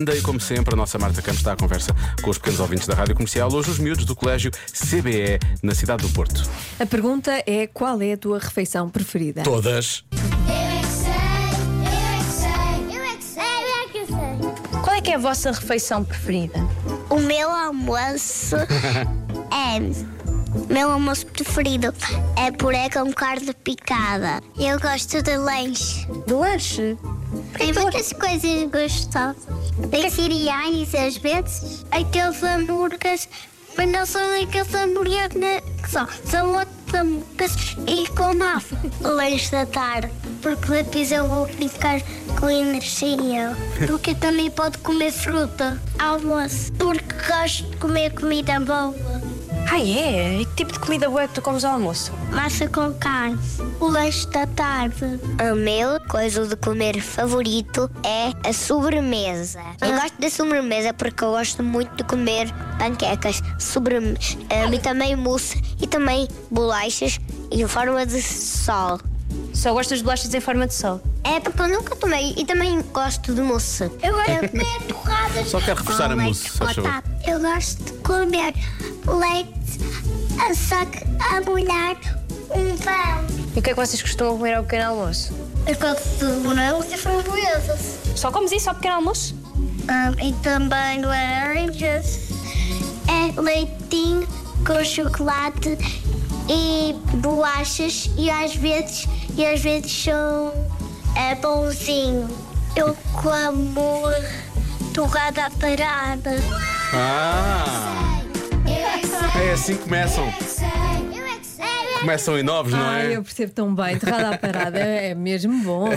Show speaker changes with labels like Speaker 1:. Speaker 1: Daí, como sempre, a nossa Marta Campos está à conversa com os pequenos ouvintes da Rádio Comercial, hoje os miúdos do Colégio CBE, na cidade do Porto.
Speaker 2: A pergunta é qual é a tua refeição preferida?
Speaker 1: Todas.
Speaker 3: Eu é que sei, eu é que sei, eu é que sei, eu é que sei.
Speaker 4: Qual é que é a vossa refeição preferida?
Speaker 3: O meu almoço é. Meu almoço preferido é puré com carne picada. Eu gosto de lanche.
Speaker 4: De lanche?
Speaker 3: Tem muitas coisas gostosas. Tem cereais às vezes. Aqueles hambúrgueres, mas não são aqueles hambúrgueres né, que são. São outros hambúrgueres e com massa. Lanche da tarde. Porque é depois eu vou ficar com energia. Porque também pode comer fruta. Almoço. Porque gosto de comer comida boa.
Speaker 4: Ah, é? E que tipo de comida boa é que tu comes ao almoço?
Speaker 3: Massa com carne. O lanche da tarde. O meu coisa de comer favorito é a sobremesa. Eu gosto da sobremesa porque eu gosto muito de comer panquecas, sobremesa e também mousse e também bolachas em forma de sol.
Speaker 4: Só gostas de bolachas em forma de sol?
Speaker 3: É porque eu nunca tomei e também gosto de mousse. Eu gosto de comer torradas.
Speaker 1: Só quero reforçar a
Speaker 3: com
Speaker 1: mousse,
Speaker 3: leite
Speaker 1: faz favor.
Speaker 3: condensado. Eu gosto de comer leite, só que a molhar um pão.
Speaker 4: E o que é que vocês costumam comer ao pequeno almoço?
Speaker 3: Eu gosto de morangos e framboesas.
Speaker 4: Só comes isso ao pequeno almoço?
Speaker 3: e também laranjas. É leitinho com chocolate e bolachas e às vezes, e às vezes são é, pãozinho. Eu como torrada à parada.
Speaker 1: Ah!
Speaker 3: Eu é que sei,
Speaker 1: É assim que começam.
Speaker 3: que sei, eu é que sei.
Speaker 1: Começam em novos, não
Speaker 2: Ai,
Speaker 1: é?
Speaker 2: eu percebo tão bem. Torrada à parada é mesmo bom.